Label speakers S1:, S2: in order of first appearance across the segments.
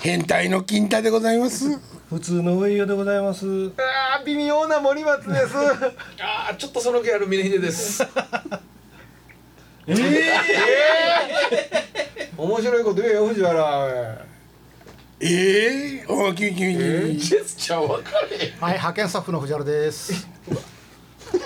S1: 変態の金太でございます
S2: 普通の上湯でございます。
S3: ああ微妙な森松です
S4: ああちょっとその気ある峰秀です。
S3: 面白いこと言えよ藤原
S1: ええおき君に
S4: ジェスチャー分かれへん。
S5: はい、派遣スタッフの藤原です。
S2: そ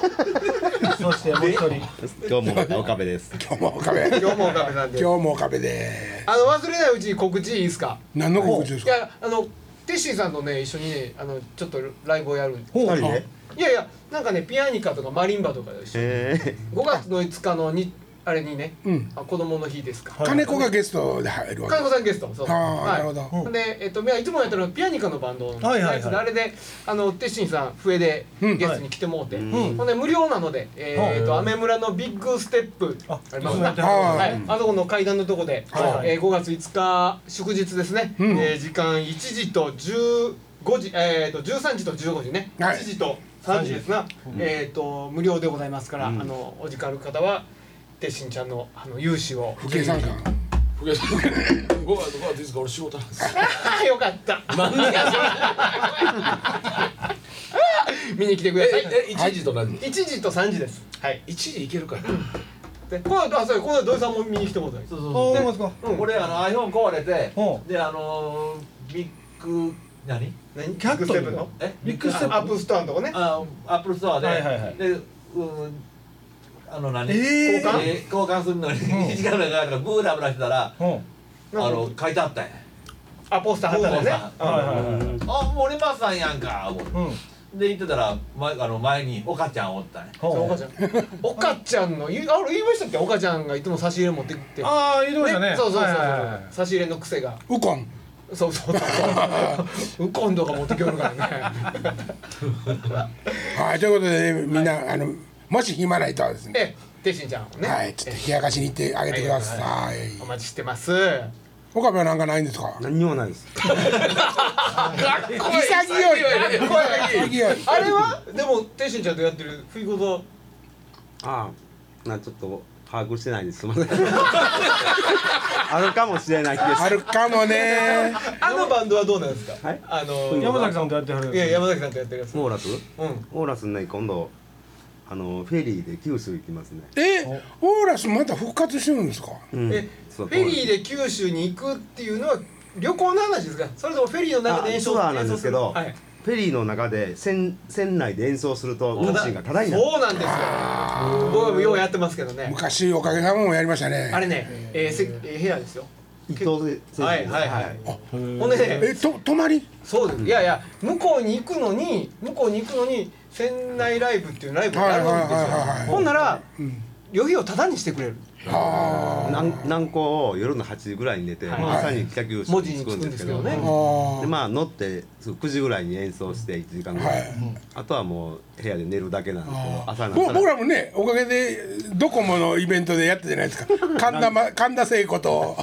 S2: してもう一人。
S6: どうも岡部です。
S1: 今日も岡部
S3: 今日も岡部さんで
S1: 今日も岡部で
S3: あの忘れないうちに告知いいですか
S1: 何の告知です
S3: い
S1: か
S3: やあのテッシーさんとね一緒にねあのちょっとライブをやるんです
S6: 二人で。
S3: いやいやなんかねピアニカとかマリンバとかで一緒に
S6: ええ
S3: 5月の5日のにあれにね、
S1: うん
S3: あ子供の日ですか
S1: 金子がゲストで入るわけ
S3: 金子さんゲストそう
S1: ああなるほど
S3: ほんで、えっと、いやいつもやってるのはピアニカのバンドのやつで、
S2: はいはいはい
S3: あれであのテッシンさん笛で
S1: うん
S3: ゲストに来てもうて、ほんで無料なので、えーえっと、アメ村のビッグステップ
S2: あ
S3: あります
S2: いつもやって
S3: ね
S1: あ
S2: る
S3: はい、あそこの階段のとこで、
S2: はい
S3: えー5月5日祝日ですね、
S1: ん
S3: えー時間1時と15時、えー、と13時と15時ね、
S1: はい
S3: 1時と3時ですが、えー、と無料でございますから、あのお時間ある方はてっしんちゃんのあの融資を
S1: 不敬参観
S4: 福山さん5月5月ですか俺仕事なんですよ。
S3: あーよかった
S4: なんでやそれ
S3: 見に来てください
S4: ええ一時と何時？
S3: 1時と3時ですはい
S4: 一時行けるから。
S3: でこのあそうこの土井さんも見に来てもらった
S7: そう
S2: お
S7: そ
S2: お、マツコ。
S7: うそう。俺あの iPhone 壊れて
S2: う、
S7: であのービッグ何？
S3: 何
S2: キャット
S3: ビッグセブンの
S7: え？
S2: ビッグステップ
S3: アップストアのとこね
S7: あアップルストアで、
S2: はいはいはい
S7: でうんあの何？
S2: えー
S7: 交換交換するのに1時間ぐらいかかるからブーラブラしてたら、
S2: うん。
S7: あの書いてあったんや。
S3: アポスター貼ったのね
S7: あ
S2: はいはいはいはい。
S7: あ森松さんやんか。思って
S2: うん。
S7: で行ってたら前あの前に岡ちゃんおったんや。
S3: おかち
S2: ほう
S3: ゃんおかちゃんのゆあ俺言いましたっけおかちゃんがいつも差し入れ持ってきて
S2: ああ、言ってましたね。
S3: そうそうそう
S2: はい
S3: そ
S2: はいは
S3: う差し入れの癖が
S1: ウコン
S3: そうそう そうウコンとか持ってきよるからね
S1: はいということでねみんなあのもし暇ないとはですね
S3: えてっしんちゃんもね
S1: はいちょっと冷やかしに行ってあげてください
S3: お待ちしてます潔
S1: 岡部はなんかないんですか
S8: 何にもないです。
S1: 潔い潔い
S3: あれはでもてっしんちゃんとやってる冬子と
S8: ああ、なちょっと把握してないんです。すみません。 あるかもしれないです。
S1: あるかもね
S3: あのバンドはどうなんですか、
S8: はい
S3: あの
S2: い。山崎さんとやってはる。
S3: いや山崎さんとやってるやつ
S8: オーラス？
S3: うん
S8: オーラスね、今度あのフェリーで九州行きますね。
S1: えオーラスまた復活してるんですか
S8: うん
S3: えフ
S8: そう
S3: ェリーで九州に行くっていうのは旅行の話ですかそれともフェリーの中で演奏
S8: あツアーなんですけど
S3: はい、
S8: フェリーの中で船船内で演奏すると運賃がタダになる。
S3: そうなんですよ僕もようやってますけどね
S1: 昔おかげさまもやりましたね
S3: あれね、えーせえー、部屋ですよ
S8: 伊藤選手。
S3: はいはいはい、
S2: へー
S3: ほんでね
S1: えと泊まり
S3: そうですいやいや向こうに行くのに向こうに行くのに船内ライブっていうライブをやるんですよ、
S1: はいはいはいはい
S3: ほんなら、旅費をタダにしてくれる
S8: 南南港を夜の8時ぐらいに寝て、
S3: はい
S8: 朝に北九州
S3: 文字
S8: に
S3: に
S8: 着く
S3: 着く
S8: ん
S3: ん
S8: で
S3: ですす
S8: け
S3: け
S8: ど
S3: どね、
S1: あ
S8: でまあ乗ってそう9時ぐらいに演奏して1時間ぐらい、
S1: はい
S8: あとはもう部屋で寝るだけなんですけど朝
S1: あ
S8: になった
S1: 僕
S8: ら
S1: らもねおかげでドコモのイベントでやったじゃないです か神田,、ま、神田聖子と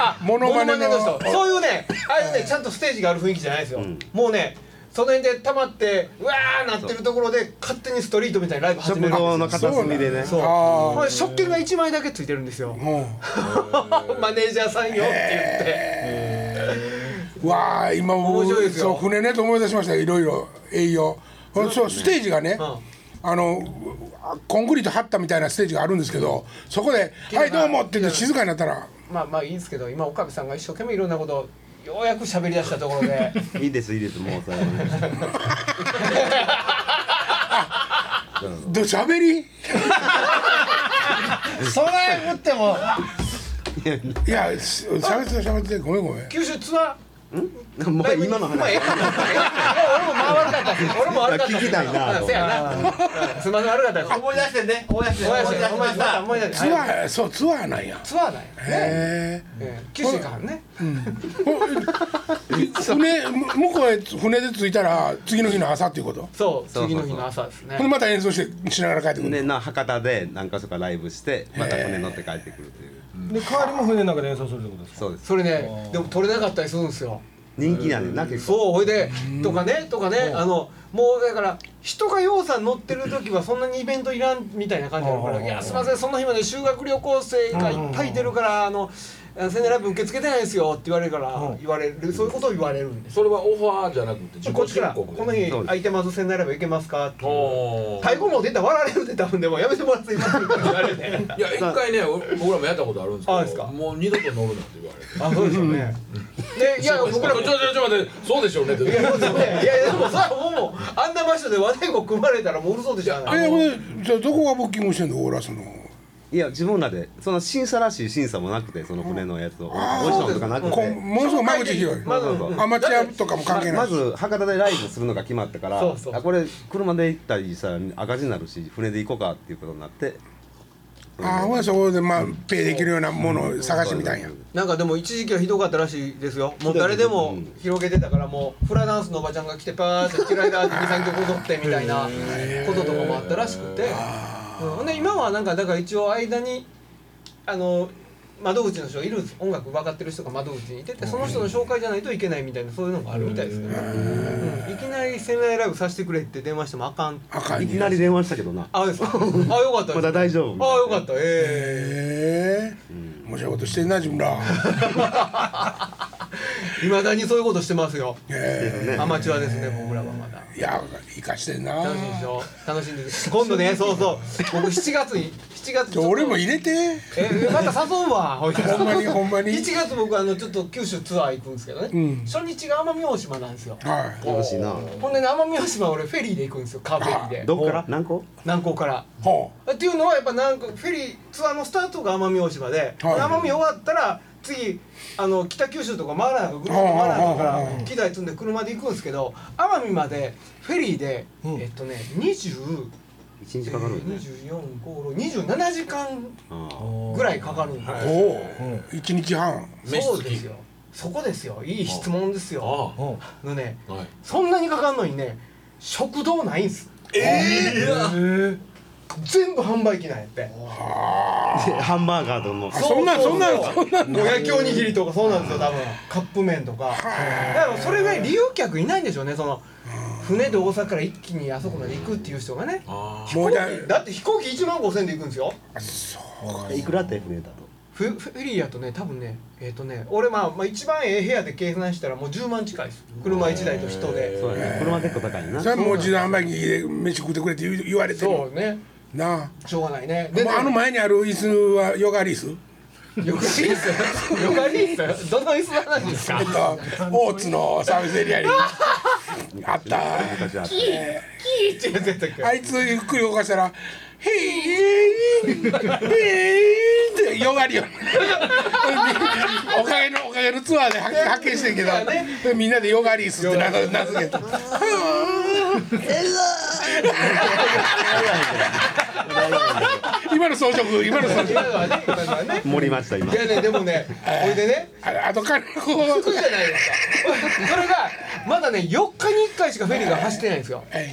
S3: あ
S1: モノマネの
S3: モ人そういうねああいうねちゃんとステージがある雰囲気じゃないですよ、もうねその辺で溜まってうわーなってるところで勝手にストリートみたいなライブ始める
S8: 食
S3: ん
S8: 堂の
S3: ですよ
S8: 片隅でね
S3: そう
S1: あ
S3: これ食券が1枚だけついてるんですよ
S1: あも
S3: マネージャーさんよって言って
S1: うわあ今
S3: 面白い
S1: 僕
S3: ですよ
S1: そう船ねと思い出しましたいろいろ営業ほんでそうステージがね、
S3: うん
S1: あのコンクリート張ったみたいなステージがあるんですけどそこで「はいどうも」って言って静かになったら
S3: まあまあいいんですけど今岡部さんが一生懸命いろんなことをようやく喋り出したところで
S8: いいですいいですもうそれはね
S1: 「どしゃべり?」
S2: そんなに打っても。
S1: いやしゃべってたしゃべってたごめんごめん
S3: 九州ツア
S8: も
S3: ーライ
S8: う
S3: ブ
S8: 今の
S3: まあええ
S8: 話
S3: かもええかも俺もまあ悪かったっす俺も悪かったっす
S8: 聞きたいな
S3: うんせやなうんすんません悪かったです
S7: 思い出してね思い出して
S3: 思い出して
S7: 思い出しま
S3: 思い出して
S1: ツアーそうツアーなんや
S3: ツアーなんや
S1: へえ
S3: ええ九州からね
S1: 船向こうへ船で着いたら次の日の朝っていうこと
S3: そう
S8: そうそうそう
S3: 次の日の朝ですね
S1: ほんでまた演奏してしながら帰ってくる、
S8: ねな博多で何か所かライブしてまた船乗って帰ってくるという
S2: で、代わりも船の中で演奏するってことですか。
S8: そうです
S3: それねでも取れなかったりするんですよ
S8: 人気なんでな結構
S3: そうほいでとかねとかねあのもうだから人がようさん乗ってる時はそんなにイベントいらんみたいな感じだか
S2: うんうん
S3: ら「
S2: うん
S3: いやすいませんその日まで修学旅行生がいっぱいいてるからあのあ「千年ライブ受け付けてないんですよ」って言われるから、
S2: うん
S3: 言われるそういうことを言われるんです、
S4: それはオファーじゃなくて自己
S3: こっちから「
S4: 申
S3: こ
S4: 告で
S3: の日
S8: そうです
S3: 空いてます千年ライブ行けますか?」って
S4: おー
S3: 太鼓も出たら笑われるって多分でもやめてもらっていいですかって言われて
S4: いや一回ねお僕らもやったことあるんですけど
S3: あですか
S4: もう二度と乗るなって言われて
S3: あそうですよねでいや僕らも
S4: ちょちょちょ待ってそうでしょうねって
S3: いやそうですよねいやいやでもそれはもうあんな場所で和太鼓組まれたらもう嘘でしょあんな
S1: えほんでじゃあどこがブッキングしてんのオーラスの
S8: いや自分らでその審査らしい審査もなくてその船のやつをオ
S1: あー
S8: ーディションとかなく
S1: こ
S8: て
S1: んものすごい間口広い
S3: まず
S8: そうそう
S1: アマチュアとかも関係ない
S8: まず博多でライブするのが決まったから
S3: そうそう
S8: あこれ車で行ったりしたら赤字になるし船で行こうかっていうことになって
S1: ああほんでそこでまあペイできるようなものを探してみたんや
S3: なんかでも一時期はひどかったらしいですよもう誰でも広げてたからもうフラダンスのおばちゃんが来てパーって嫌いだって23曲踊ってみたいなこととかもあったらしくて、うん、ほんで今はなんかだから一応間にあの窓口の人がいるんです音楽分かってる人が窓口にいててその人の紹介じゃないといけないみたいなそういうのがあるみたいですけど、うん、いきなり「セミナーライブさせてくれ」って電話してもあかん
S1: あかん
S8: い
S1: ね
S8: きなり電話したけどな
S3: あ ですかあよかったです
S8: まだ大丈夫
S3: あよかったええ
S1: へえ面白いことしてんな自分ら
S3: いまだにそういうことしてますよ
S1: へ
S3: アマチュアですね僕らはまだ
S1: えいや生かしてんな
S3: 楽しいでしょ楽しんでる今度ねそうそう僕7月に7月
S1: じゃあ俺も入れて
S3: えまた誘うわほいで
S1: ほんまにほんま に
S3: 1月僕あのちょっと九州ツアー行くんですけどね、初日が奄美大島なんですよ
S1: はい
S8: よろしいな
S3: ほんでね奄美大島は俺フェリーで行くんですよカーフェリーで
S8: どっから何個
S3: 南港から
S1: ほ
S3: っていうのはやっぱなんかフェリーツアーのスタートが奄美大島で、
S1: はい
S3: 奄美終わったら次あの北九州とか回らないからぐるぐる回らないから機材積んで車で行くんですけど奄美までフェリーで、えっとね20
S8: 一日かかるよね
S3: 2457時間
S8: あ
S3: ぐらいかかるんです
S1: うほう一日半
S4: 飯
S3: そう
S4: 付
S3: で
S4: き
S3: すよそこですよいい質問ですよ
S4: あ
S2: うん
S3: のね
S4: あはい
S3: そんなにかかんのにね食堂ないんです
S2: え
S3: 全部販売機なんやって
S8: ーでハンバーガーとも
S1: あそんなんそんなんそんなん
S3: 野焼きおにぎりとかそうなんですよ多分カップ麺とかだからそれぐらい利用客いないんでしょうねその船で大阪から一気にあそこまで行くっていう人がね
S4: あ
S1: もうじゃ
S3: だって飛行機1万5000円で行くんですよ
S8: いくらって船だと
S3: フフェリーやとね多分ねえっ、とね俺まあ、まあ、一番ええ部屋で計算したらもう10万近いです車1台と人で
S8: そうやね車結構高い
S1: あ
S8: な
S1: それはもう自動販売機で飯食ってくれって言う言われて
S3: そ
S1: る
S3: うね
S1: な
S3: しょうがないね
S1: あ
S3: で
S1: もうあの前にある椅子はヨガリース
S3: よくいいっすよよくいいっすよどの椅子なんです か
S1: えっと大津のサービスエリアにあった
S8: 昔あって
S3: って言ってたっけ
S1: あいつゆっくり動かしたら「へいへいへい」ってよがりよ おかげのおかげのツアーで発見発見してんけどでみんなでヨガリースって名付名付けた 今の装飾今の装
S3: い
S1: 飾
S3: やだからねだからね
S8: 盛りました今
S3: いやねでもねこれでね
S1: ああとからこ
S3: 行くじ
S1: う
S3: ゃないですかそれがまだね4日に1回しかフェリーが走ってないんですよ
S1: はい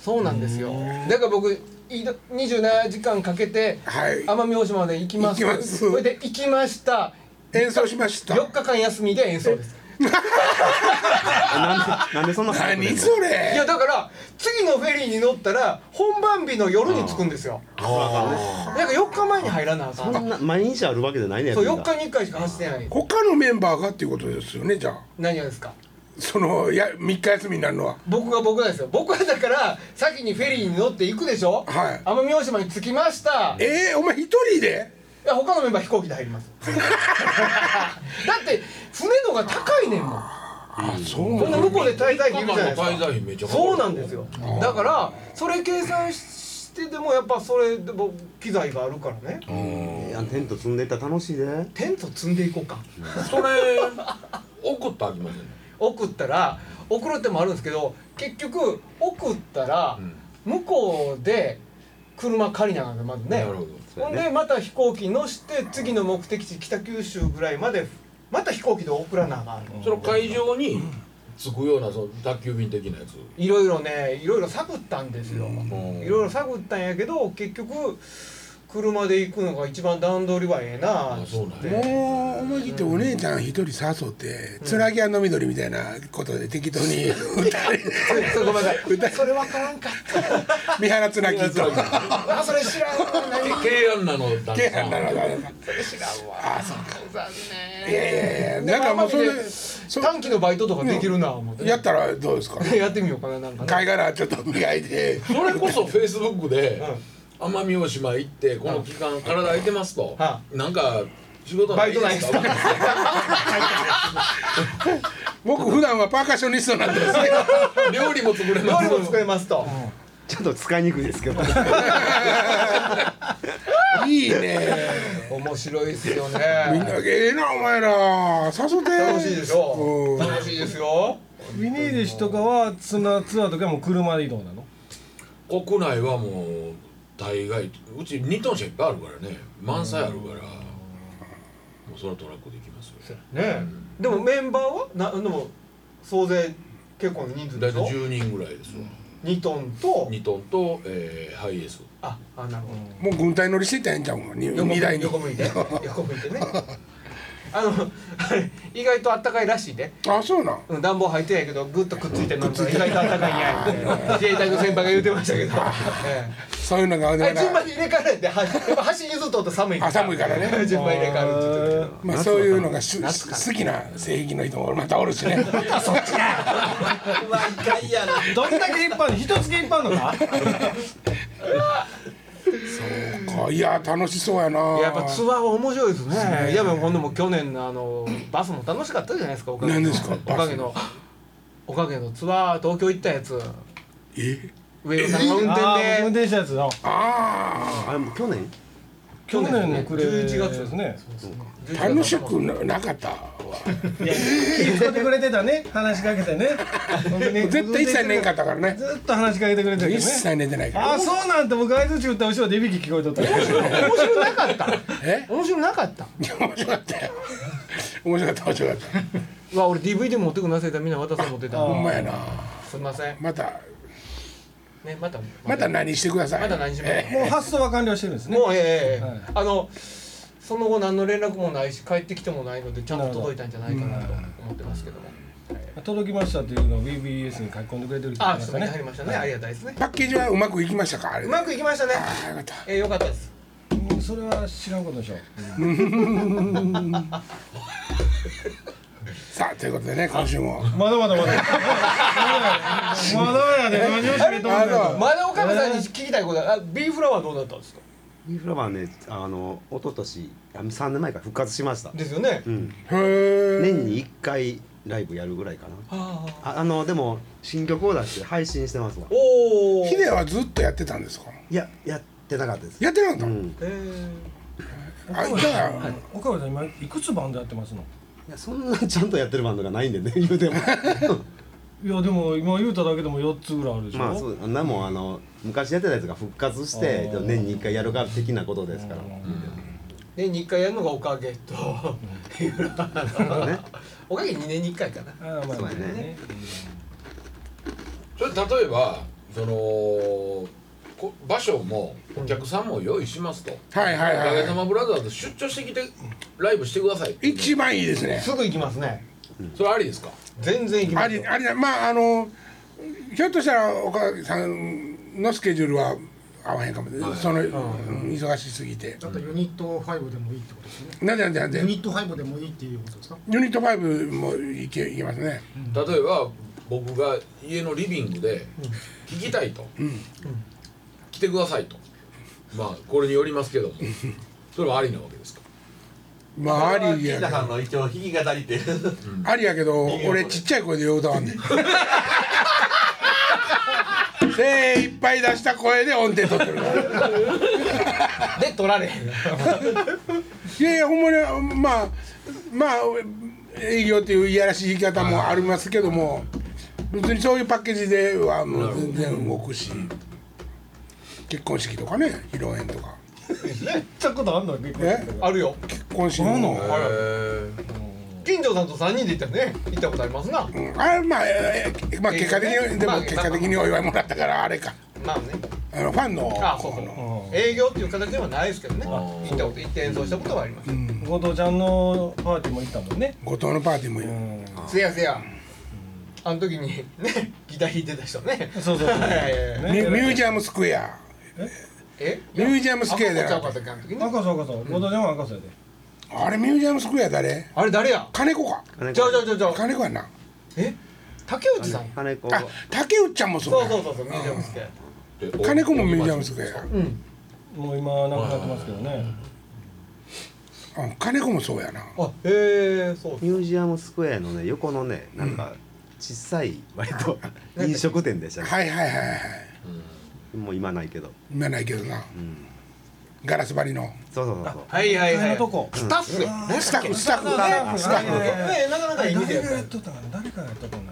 S3: そうなんですよだから僕いど27時間かけて
S1: はい
S3: 奄美大島まで行きます
S1: 行きます
S3: それで行きました
S1: 演奏しました
S3: 4日間休みで演奏です
S8: なんでなんでそんな早く出
S1: 何
S8: んの
S1: そ
S3: い
S1: れ
S3: やだから次のフェリーに乗ったら本番日の夜に着くんですよなんか4日前に入らなあかん
S8: そんな毎日あるわけじゃないね
S3: そう4日に1回しか走ってない
S1: 他のメンバーがっていうことですよねじゃあ
S3: 何がですか
S1: そのや3日休みになるのは
S3: 僕が僕がですよ僕はだから先にフェリーに乗って行くでしょ
S1: はい
S3: 奄美大島に着きましたい
S1: えー、お前一人で
S3: や他のメンバー飛行機で入り ますだって船のが高いねんもん
S1: あそう
S3: こんな向こうで滞在費いる
S4: まあ
S3: じゃな
S4: まあ
S3: いですか
S4: 滞在費めっちゃかかる
S3: そうなんですよだからそれ計算してでもやっぱそれでも機材があるからね
S8: いやテント積んでいったら楽しいで
S3: テント積んでいこうか
S4: それ送ってあげません
S3: 送ったら送るってもあるんですけど結局送ったら向こうで車借りながらまずね
S4: なるほど
S3: ほんでまた飛行機乗して次の目的地北九州ぐらいまでまた飛行機で送らなあかんの
S4: その会場に着くようなその宅急便的なやつ
S3: いろいろねいろいろ探ったんですよ
S4: ん
S3: いろいろ探ったんやけど結局車で行くのが一番段取りはええなっつって
S1: もう思い切ってお姉ちゃん一人誘って「つらぎ屋の緑」みたいなことで適当に歌
S3: そうごめんなさい
S1: それわからんかった三原つなぎと
S3: あそれ知らん
S4: 軽案なのだ
S1: ケイさんなのだあそうかいやいやいやなんかもうそれでそ
S3: 短期のバイトとかできるな思って
S1: やったらどうですか
S3: やってみようかななんかね
S1: 貝殻ちょっと磨いて
S4: それこそフェイスブックで奄美大島行ってこの期間体空いてますと
S3: は
S4: なんか仕事ないですか
S3: バイ
S1: 僕普段はパーカッショニストなんですね
S4: 料理も作れます
S3: 料理も作れますと
S8: ちょっと使いにくいですけど
S1: いいね
S3: 面白いですよ
S1: みんな
S3: ね
S1: ええなお前ら誘って
S3: 楽しいでしょ
S1: うん
S3: 楽しいですよ
S2: ビニーリッシュとかはツナツアーとかもう車で移動なの
S4: 国内はもう大概うち2トン車いっぱいあるからね満載あるからもうそれはトラックで行きますよ
S3: ねでもメンバーはなでも総勢結構な人数で
S4: 大
S3: し
S4: 体
S3: ょ
S4: 10人ぐらいですわ
S3: 2トンと
S4: 2トンと、えーハイエース
S3: ああなるほ
S1: も
S3: ど
S1: う軍隊乗りしていったらええんちゃうんに
S3: 横向
S1: 荷
S3: い
S1: 台
S3: て
S1: に
S3: 横向いて 横向いてねあの あれ意外とあったかいらしいで
S1: あそうなん
S3: うん暖房入ってないけどぐっとくっついてるの意外とあったかいん や自衛隊の先輩が言ってました けどえ
S1: そういうのが
S3: えあ
S1: な
S3: れ
S1: んか
S3: 順番に入れ替えられてはやっぱ橋譲っとうと寒い
S1: あ寒いからね
S3: 順番に入れ替わるって言ってたけど
S1: まあそういうのがし好きな性癖の人もまたおるし ね
S7: うわ、一回やな。
S2: どんだけ一般一つけ一般のか
S1: いや楽しそうやない
S3: ややっぱツアーは面白いですね。いやでもほんでも去年のあのバスも楽しかったじゃないですか。おかげの
S1: 何ですか
S3: おかげのおかげのツアー東京行ったやつ。
S1: え
S3: 上野さんが運
S2: 運
S3: 転で
S2: 転したやつの
S1: あ
S8: あれもう去年
S2: 去年の暮れ
S3: 11月
S2: ですね
S1: あ楽しくななかったわ
S2: 気遣ってくれてたね話しかけてね本当に
S1: 絶対一切寝んかったからね
S2: ずっと話しかけてくれてたけ
S1: 一
S2: どね
S1: 切寝てないから
S2: あそうなんて僕合図中打った後ろでいびき聞こえとった
S3: 面白なかった。
S1: え
S3: 面白なかった。
S1: いや面白かったよ面白かった面白かった
S3: うわ俺 DVD 持ってくんなさいだみんな渡さん持ってた
S1: ほ。んまやな
S3: すみません。
S1: また
S3: ねまた
S1: また何してください
S3: また何時も。
S1: え
S2: もう発送は完了してるんですね
S3: もうええ
S2: はい
S3: あのその後何の連絡もないし帰ってきてもないのでちゃんと届いたんじゃないかなと思ってますけども。
S2: 届きましたっていうのを BBS に書き込んでくれてる人い
S3: あ
S2: ま
S3: ちょ
S2: し
S3: ったと見ては
S2: ね
S3: りましたね。ありがたいですね
S1: え。パッケージはうまくいきましたかあれ
S3: うまくいきましたね。
S1: あよかった
S3: えー、よかったです。
S2: うんそれは知らんことでしょう
S1: さあということでね今週も
S2: まだまだまだまだやで何を知りとんねん
S1: あ
S2: と
S1: の
S3: 前田岡部さんに聞きたいこと、あ、ビーフラワーどうだったんですか。
S8: インフラはねあの一昨年あ3年前から復活しました、
S3: ですよね。
S8: うん、
S1: へえ
S8: 年に1回ライブやるぐらいかな
S3: ああ。
S8: ああのでも新曲を出して配信してますわ
S3: おお。
S1: ヒデはずっとやってたんですか
S8: いややってなかったです
S1: やってなかった
S8: う
S1: の、
S8: ん
S3: えー
S1: あじゃあ、
S2: 岡部さん今いくつバンドやってますの
S8: いやそんなちゃんとやってるバンドがないんでね 言うても
S2: いやでも今言うただけでも四つぐらいあるでしょ
S8: まあそうあんなもんあの昔やってたやつが復活して
S2: あー
S8: 年に1回やるから的なことですか
S3: 年に一回やるのがおかげと。
S8: らね
S3: おかげ二年に一回かな。
S2: ああまあ
S8: そうやね
S4: それ例えばそのこ場所もお客さんも用意しますと「
S1: はいはい
S4: お
S1: は
S4: か
S1: い
S4: げさまブラザーズ」出張してきてライブしてくださいっていうの
S1: 一番いいですね
S3: すぐ行きますね。
S4: それありですか
S3: 全然行きま
S1: あ
S3: すよ
S1: り。ありだまああのひょっとしたらお母さんのスケジュールは合わへんかも、その、うん忙しすぎて
S5: あとユニット5でもいいってことですよね。
S1: なんでなんでなんで
S5: ユニット5でもいいっていうことですか。
S1: ユニット5もいけいけますね
S4: 例えば僕が家のリビングで聞きたいと、来てくださいとまあこれによりますけどもそれはありなわけですか
S1: まああり
S7: 金
S1: や
S7: 田
S1: け
S7: さん
S1: ど
S7: の一応弾き語りっていう。
S1: ありやけど俺ちっちゃい声でよう歌わん ねん精いっぱい出した声で音程取ってるから
S3: で、取られへん。
S1: いやいやほんまにまあまあ営業といういやらしい言い方もありますけども別にそういうパッケージではもう全然動くし結婚式とかね披露宴とか
S2: やったことあんの結構
S1: え
S3: あるよ。
S1: 結婚式も
S4: へえ
S3: 金城さんと三人で行ったよね。行ったことありますな。
S1: うんあれまあ、えーまあ、結果的にで
S3: ま
S1: も
S3: あ
S1: 結果的にお祝いもらったからあれか
S3: まあね。
S1: あのファンの
S3: あそうそ
S1: こ
S3: う
S1: の
S3: 営業っていう形ではないですけどね
S4: あー
S3: 行ったこと行って演奏したことはあります
S1: うん
S2: 後藤ちゃんのパーティーも行ったもんね
S1: 後藤のパーティーもいる
S2: うん
S3: せやせやあの時にねギター弾いてた人ね
S2: そうそうそう
S3: はいはいはい
S2: ね
S1: ミュミュージアムスクエア
S3: え
S1: ミュージアムスケール
S3: で
S1: だ
S3: ちゃうかったっけあの時ね
S2: 赤そう赤そう後藤ちゃんは赤そうやで
S1: あれミュージアムスクエア誰
S3: あれ誰や
S1: 金子か
S3: ちゃうちゃうちゃうちゃう
S1: 金子やんな
S3: え竹内さん
S8: 金子
S1: あ竹内ちゃんもそう
S3: そ
S1: や
S3: うそうそうそうミュージアム好きや
S1: 金子もミュージアムスクエ
S3: うん
S2: もう今なくなってますけどね
S1: アうん金子もそうやな
S3: あへえそう
S8: ミュージアムスクエアのね横のねなんか小さい割 と飲食店でしたね、
S1: はいはいはいはい
S8: もう今ないけど、
S1: 今ないけどな
S8: うん、
S1: ガラス張りの
S8: そうそうそうそう
S3: はいはい
S2: あ
S3: は
S2: の
S3: い
S2: とこ
S3: スタッフや
S1: スタッフスタッフねスタッフ
S2: ね
S3: ねなかなかいい
S2: 誰
S3: みたい
S2: がやっとったかな誰かがやっとったか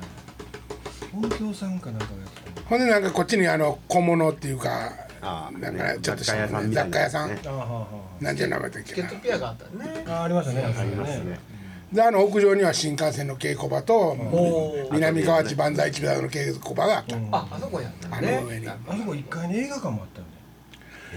S2: な音響さんかなんかがやっとったか
S1: ほんでなんかこっちにあの小物っていうか
S8: あー
S1: なんかちょっとした
S8: 雑貨屋さんみたいな
S1: 雑貨屋さん
S8: ね
S2: なあはあは
S1: なんじゃ名前だっけ
S3: ケ
S1: な
S3: ットピアがあったね
S2: ああありましたねあ
S8: ありますね
S1: であの屋上には新幹線の稽古場と
S3: おー
S1: 南河内万歳一番の稽古場があった
S2: うんあ
S3: ああそこやった
S1: あ
S3: ね
S1: の上に
S2: そこ一階に映画館もあった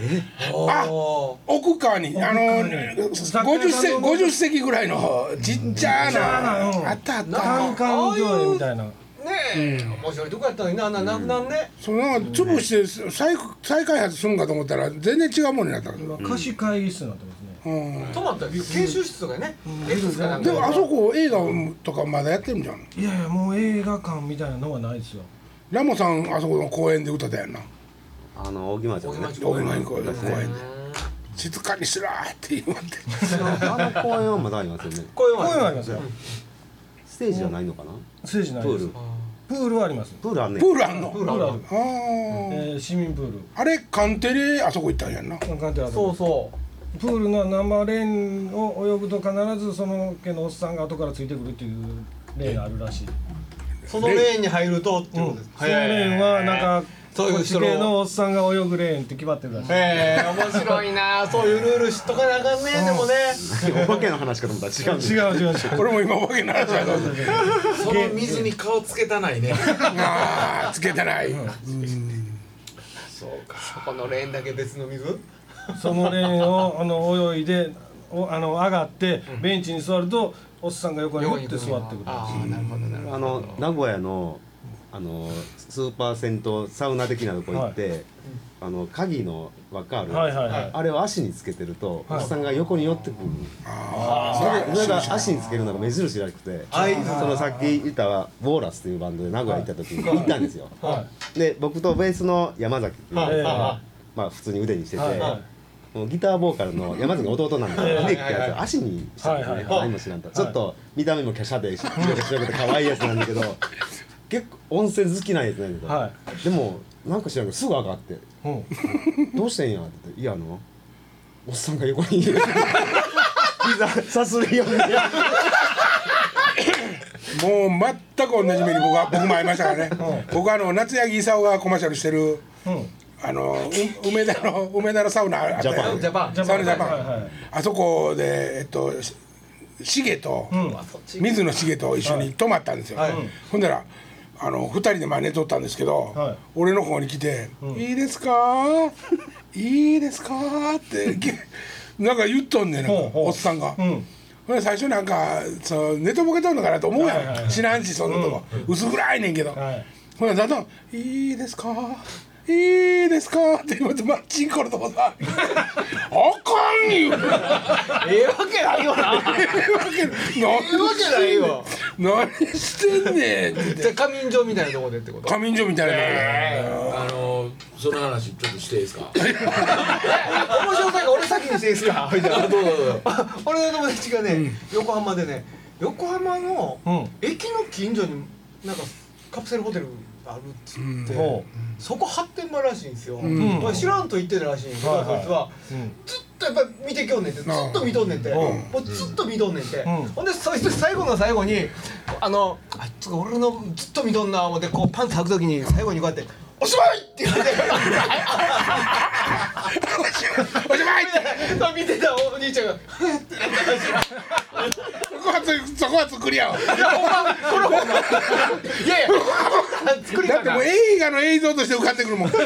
S2: よね
S1: あ
S3: おー
S1: 奥川にあの
S2: 奥川に
S1: 50席50席ぐらいのちっちゃ
S2: ちっちゃなうん
S1: なあったあった
S2: 単館上映みたいな
S3: ねえ面白いとこやったのになななくなんね
S1: その潰して再再開発するんかと思ったら全然違うもんになったの
S2: 今貸し会議室になってますね
S1: うん
S3: 泊まったんです研修室とかねエクスかなんか
S1: でもあそこ映画とかまだやってるんじゃん
S2: いやいやもう映画館みたいなのはないですよ
S1: ラモさんあそこの公園で歌ったやんな
S8: あの大木町のね
S3: 大木町
S1: 大きな公園で
S3: うん
S1: 静かにしろーって言われて
S8: あの公園はまだありますよね
S3: こういう
S2: 公
S3: の
S2: 園は
S3: は
S2: ありますよ
S8: ステージじゃないのかな
S2: ステージない
S8: プ
S2: で
S8: ー
S2: す
S8: ル
S2: プールはあります
S8: プールあんねん
S1: プールあんの
S2: プールある
S1: あー
S2: えー市民プール
S1: あれカンテレあそこ行ったんやんな
S2: なんかあってある
S3: そうそう
S2: プールの生レーンを泳ぐと必ずその家のおっさんが後からついてくるっていう例があるらしい、
S3: そのレーンに入るとって
S2: う
S3: こ
S2: ん
S3: とです
S2: そのレーンはなんか
S3: そういう人
S2: こっ
S3: の
S2: ち系のおっさんが泳ぐレーンって決まってるらしい、
S3: へえ面白いなそういうルール知っとかなあかんねでもね
S8: お化けの話かと思ったら違うね
S2: 違う違う違う
S1: これも今お化けの話だと思う
S4: その水に顔つけたないね
S1: あーつけてない
S4: そうか
S3: そこのレーンだけ別の水
S2: そのレーンをあの泳いでおあの上がってベンチに座るとおっさんが横に寄って座ってくる
S3: ああなるほどなるほ
S8: あの名古屋のあのスーパー銭湯サウナ的なとこ行って、あの鍵の輪っかある、
S2: はいはいはい
S8: あれを足につけてると、
S2: はい
S8: おっさんが横に寄ってくる、
S1: あ
S8: それが足につけるのが目印らしくて、
S3: はい
S8: そのさっき言ったウォーラスというバンドで名古屋行った時に行ったんですよ、
S3: どは
S8: で僕とベースの山崎っていうのが、
S2: はい
S8: まあ普通に腕にしてて、
S2: はいはい
S8: もうギターボーカルの山崎の弟なんで、
S2: はい
S8: 秀樹ってやつを足にしたんですね、
S2: はいはい
S8: 何も知らんと、ちょっと見た目も華奢で白く白くて可愛いやつなんだ けど結構温泉好きなんやつなんだけど、
S2: は
S8: でもなんか知らんけどすぐ上がって
S2: い、うん、
S8: 「どうしてんや」って言って「いやあのおっさんが横にいる」 いざさすりよんで
S1: ーもう全く同じ目に僕は僕も会いましたからね僕はあの夏柳功がコマーシャルしてる
S2: うん、
S1: あのう梅田の梅田のサウナあったやん
S8: ジャパン
S3: いジャパン
S1: サウナジャパ
S2: はいはいは
S1: ン
S2: い
S1: あそこでえっとしシゲと
S2: うん
S3: あそっち
S1: 水野茂と一緒に泊まったんですよ、
S3: はい
S1: ほんならあの2人でまあ寝とったんですけど、
S2: はい
S1: 俺の方に来て「いいですかいいですか?」ってげなんか言っとんねんなんか
S2: ほうほう
S1: おっさんが。
S2: うん
S1: ほんで最初なんかその寝とぼけとんのかなと思うやん、
S2: はいはいはい
S1: 知らんしそんなとこ、薄暗いねんけど、
S2: はい
S1: ほなだんだん「いいですかいいですか?」って言われて「まっちんこのとこさ」あかんよ」
S3: ええわけな いよなええわけないよ
S1: 何してんねんって言って
S3: じゃあ仮眠所みたいなとこでってこと
S1: 仮眠所みたいなのが
S4: あのその話ちょっとしていいですか
S3: 面白いから俺先にしていいですか
S4: あどうぞどうぞ
S3: 俺の友達がね、横浜でね横浜の
S2: うん
S3: 駅の近所になんかカプセルホテルあるっつって、
S2: ほ
S3: そこ発展場らしいんですよ、
S1: ん
S3: まあ知らんと言ってるらしいんやけど、
S2: はいはい
S3: そいつは
S2: う、うん、
S3: ずっとやっぱ見てきょんねんってずっと見とんねんって、もうずっと見とんねんって、
S2: ん
S3: ほんでそいつ最後の最後にあのあいつ俺のずっと見とんな思ってこうパンツ履く時に最後にこうやって「おしまい!」って言わ れて
S1: おしまいって
S3: そう 見てたお兄ちゃんが「
S1: そこはつそこは作りやわ
S3: これほんまいやいや作り
S1: だ
S3: か
S1: って
S3: な
S1: もう映画の映像として浮かんでくるもん
S2: な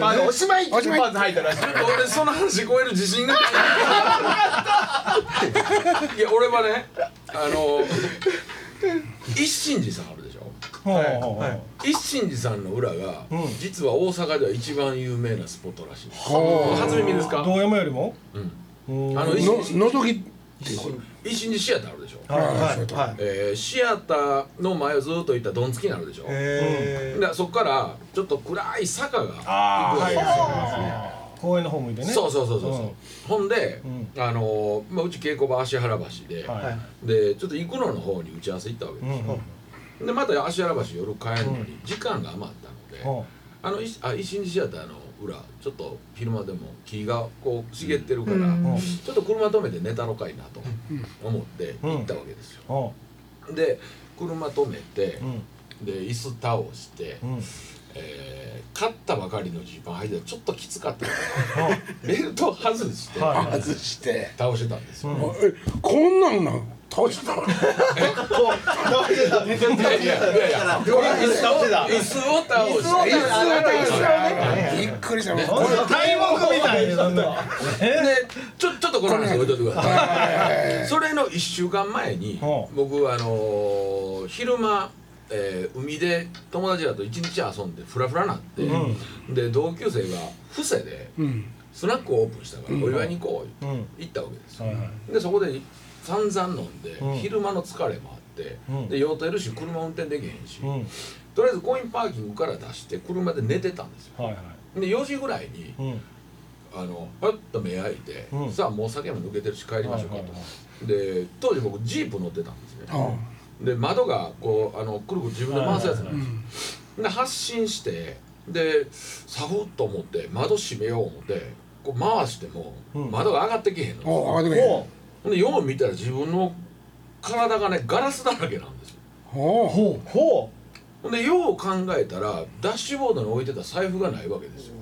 S3: パン
S2: る
S3: ツおしまいって
S1: おしまい
S3: パンツ履いたらしい
S4: ちょっと俺その話超える自信がないいや俺はねあの一心寺さんあるでしょ
S2: ほうほうほう
S4: 一心寺さんの裏が、
S2: うん
S4: 実は大阪では一番有名なスポットらしいです
S1: ほう
S4: 初耳ですか
S2: 堂山よりも
S4: うん
S2: うん
S4: あ
S2: は
S4: の
S2: い
S1: の覗き
S4: 一心寺シアターあるでしょ、
S2: はいはい
S4: えーシアターの前をずっと行ったドンつきになるでしょ、
S3: え
S4: でそっからちょっと暗い坂が
S2: ああ
S4: 行く
S2: は
S4: わけ
S2: い
S4: ですよ
S2: はい公園の方向いてね
S4: そうそうそうそうそう、ほんで、
S2: う
S4: あのーまあ、うち稽古場芦原橋で、
S2: はい
S4: でちょっと生野の方に打ち合わせ行ったわけ
S2: う
S4: で
S2: んうん
S4: すよ、でまた芦原橋夜帰るのに時間が余ったので、
S2: ほ
S4: あのいあ一日シアターの裏ちょっと昼間でも木がこう茂ってるから、
S2: うん
S4: ちょっと車止めて寝たろかいなと思って行ったわけですよ、
S2: うほ
S4: で車止めて
S2: うう、ん
S4: で椅子倒して、
S2: うん
S4: えー買ったばかりのジーパン履いてたらちょっときつかったか
S2: ほ
S4: らベルト外して、
S2: うはい
S1: 外して、
S4: 倒してたんですよ、
S2: うん
S1: えこんなんなん倒してたの
S4: いやいやいやいや
S3: 倒してた
S4: 椅子を倒して
S3: 椅子を倒して
S1: びっくりした
S2: ほんと大木みたいなそんなえ
S4: でちょちょっとこの話置いといてくださいそれの1週間前に
S2: ほう
S4: 僕あのー昼間、えー海で友達らと一日遊んでフラフラなって、
S2: う
S4: で同級生が伏せで
S1: うん
S4: スナックをオープンしたからお祝いに行こう、
S2: うん
S4: 行ったわけですよ、
S2: はいはい
S4: でそこで散々飲んで、
S2: うん
S4: 昼間の疲れもあって、
S2: うん
S4: で酔うてるし車運転できへんし、
S2: うん
S4: とりあえずコインパーキングから出して車で寝てたんですよ
S2: はいはい
S4: で4時ぐらいに、
S2: うん
S4: あのパッと目開いて、
S2: うん
S4: さあもう酒も抜けてるし帰りましょうかと、
S2: はいはいは
S4: で当時僕ジープ乗ってたんですね、
S1: あ
S4: で窓がこうあのくるくる自分で回すやつなんですよ、で発進してでサフッと思って窓閉めよう思ってこう回しても
S2: うん
S4: 窓が上がってけへんの、
S1: おあでもいい
S3: お
S4: ほんでよう見たら自分の体がねガラスだらけなんですよ
S1: おう
S3: ほうほ
S4: ほんでよう考えたらダッシュボードに置いてた財布がないわけですよ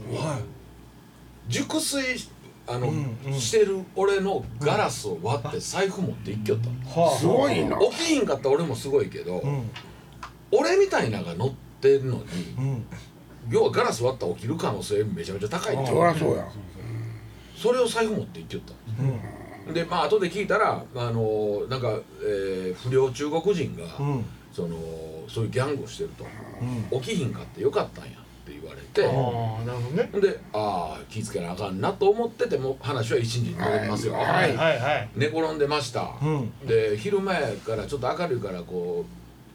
S4: 熟睡しあの、
S2: うんうん
S4: してる俺のガラスを割って財布持って行きよったの、
S3: うは
S1: すごいな
S4: 起きひんかった俺もすごいけど、
S2: うん
S4: 俺みたいなのが乗ってんのに、
S2: うん
S4: 要はガラス割ったら起きる可能性めちゃめちゃ高いって
S1: そりゃそうや
S4: それを財布持って行ってよった
S2: うん
S4: のでまあ後で聞いたらあのーなんか、えー不良中国人が、
S2: うん
S4: そのそういうギャングをしてると、
S2: うん
S4: 起きひんかってよかったんやって言われて、
S3: ああなるほどね
S4: でああ気ぃつけなあかんなと思ってても話は一時に戻りますよ、
S1: はい
S2: はいはい
S4: 寝転んでました、
S2: うん
S4: で昼前からちょっと明るいからこ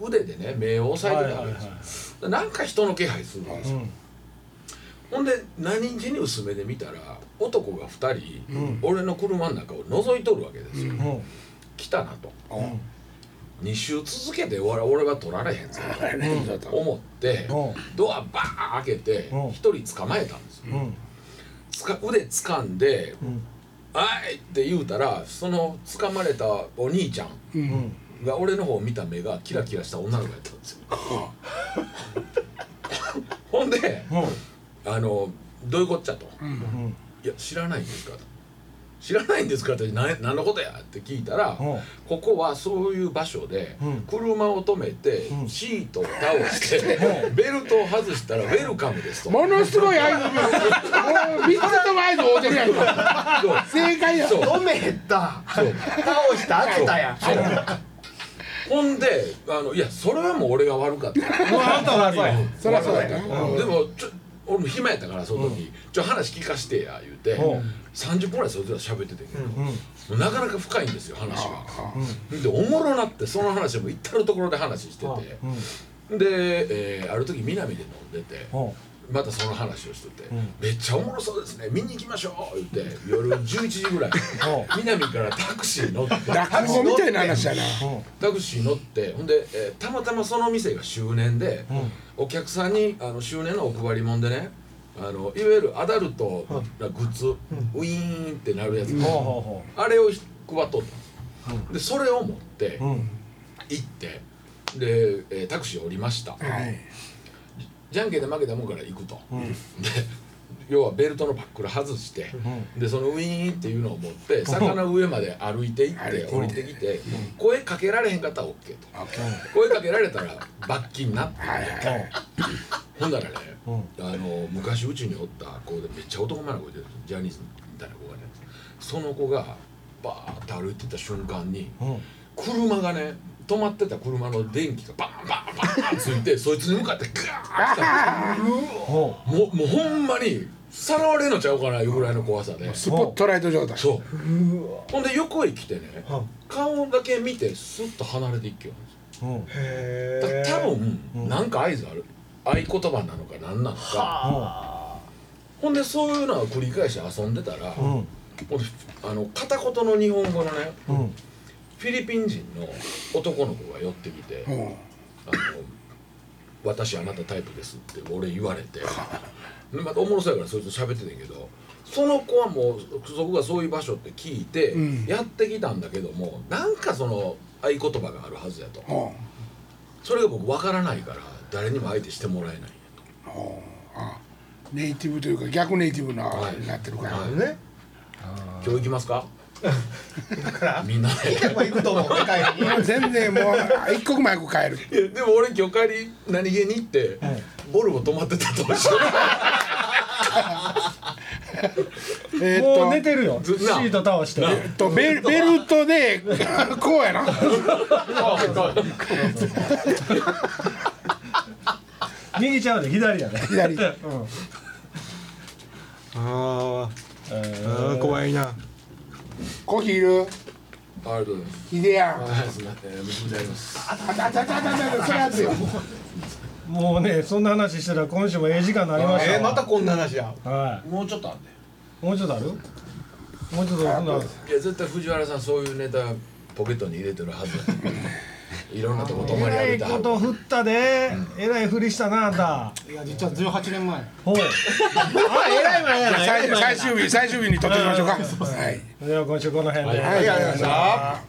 S4: う腕でね目を押さえてたわけですよ、なんか人の気配するんです
S2: う
S4: よ、
S2: ん
S4: ほんで何気に薄めで見たら男が2人、
S2: うん
S4: 俺の車の中を覗いとるわけですよ、
S2: も
S4: 来たなと
S2: ううん
S4: 2周続けて俺は俺は取られへんぞ
S1: あれねちょっと
S4: と思って、
S2: う
S4: ドアバーン開けて
S2: うん
S4: 1人捕まえたんですよ、
S2: うん
S4: つか腕掴んで
S2: うん
S4: 「あい!」って言うたらその掴まれたお兄ちゃん
S2: うん
S4: が俺の方を見た目がキラキラした女の子やったんですよほんで
S2: うん
S4: 「あのどういうこっちゃ」と
S2: うん
S4: 「いや知らないんですか?」と「知らないんですか?」って何何のことやって聞いたら
S2: うん
S4: ここはそういう場所で
S2: うん
S4: 車を止めて
S2: ん
S4: シートを倒してベルトを外したらウェルカムですと。
S1: ものすごい合図もう3つとも合図合うてるやんか
S4: そう
S1: 正解や
S4: そう
S3: 飲めた
S4: そう
S3: 倒した当てた やん
S4: そうほんであのいやそれはもう俺が悪かった
S2: も うあんた悪いよ
S1: そりゃそうやな
S4: でもちょ俺も暇やったからその時、ちょ話聞かしてや言うて、
S2: うん
S4: 30分ぐらいそいつら喋っててんけど、
S2: うん
S4: なかなか深いんですよ話が
S2: うん
S4: でおもろなってその話も至る所で話してて、
S2: うん
S4: で、えーある時南で飲んでて、
S2: うん
S4: またその話をしてて、
S2: ん
S4: めっちゃおもろそうですね見に行きましょう言って夜11時ぐらい南からタクシー乗っ て
S1: 落語みたいな話やな
S4: タクシー乗ってほんで、えーたまたまその店が周年で、お客さんにあの周年のお配り物でねあのいわゆるアダルトなグッズ、ウィーンってなるやつ、
S2: ほうほ
S4: あれを配っとったんです、でそれを持って
S2: うほううん
S4: 行ってで、えータクシー降りました、
S1: はい
S4: じゃんけんで負けたもんから行くと、で要はベルトのバックル外して、でそのウィーンっていうのを持って坂の上まで歩いて行って
S1: うん
S4: 降りてきて、声かけられへんかったら OK と、
S1: OK
S4: 声かけられたら罰金なって、
S1: はいはい
S4: ほんだらね、
S2: う
S4: あの昔うちにおった子でめっちゃ男前な子いてるジャニーズみたいな子がねその子がバーッと歩いてた瞬間に
S2: うん
S4: 車がね止まってた車の電気がバンバンバンついてそいつに向かってガーッて
S2: ほ
S4: もうもうほんまにさらわれんのちゃうかないうぐらいの怖さで
S1: スポットライト状態
S4: そうほんで横へ来てね
S2: は
S4: 顔だけ見てスッと離れていきよるんです
S2: ううん
S4: だから多分、なんか合図ある合言葉なのか何なのかほんでそういうのを繰り返して遊んでたら、
S2: うん
S4: ほんであの片言の日本語のね
S2: うん
S4: フィリピン人の男の子が寄ってきて「あの私あなたタイプです」って俺言われてでまたおもろそうやからそいつと喋っててんけどその子はもうそこがそういう場所って聞いて
S1: うん
S4: やってきたんだけども、なんかその合言葉があるはずやと。
S1: うん
S4: それが僕分からないから誰にも相手してもらえないんや
S1: ネイティブというか逆ネイティブな
S4: はい
S1: になってるから、
S4: はい
S5: ね
S4: と今日行きますかみんなでい
S5: 行くと思う世界に
S1: もう全然もう一刻も早く帰る
S4: やでも俺今日帰り何気に行って、ボルボ止まってたと一緒
S1: えーっと
S2: もう寝てるよシ
S4: ずな
S2: ート倒して
S1: えっとベルベルトで こうやな
S2: 右ちゃうで左やね
S1: 左
S2: うん
S3: あ
S2: え
S3: あ
S2: ー
S3: 怖いな
S1: コーヒーいる
S4: ありがとうございます
S1: いでやん
S4: ありがとうございますえー娘であります
S1: あたたたたたたそれ熱いよ
S2: もうねそんな話したら今週もええ時間になりました
S3: え
S2: わ
S3: ーまたこんな話や
S2: は
S4: もうちょっとあんね
S2: いもうちょっとあるもうちょっとそんない
S4: や絶対藤原さんそういうネタポケットに入れてるはず だいろんなとこ泊まり
S2: え
S4: 歩
S2: ら
S4: いた
S2: いこ
S4: はず
S2: と振ったでえらいふりしたなあんた
S5: いや実は18年前
S2: ほう
S3: えらい前や
S1: 最最終日最終日に撮ってみましょうかはい
S2: では今週この辺で
S4: はい
S1: ありがとうございました
S3: な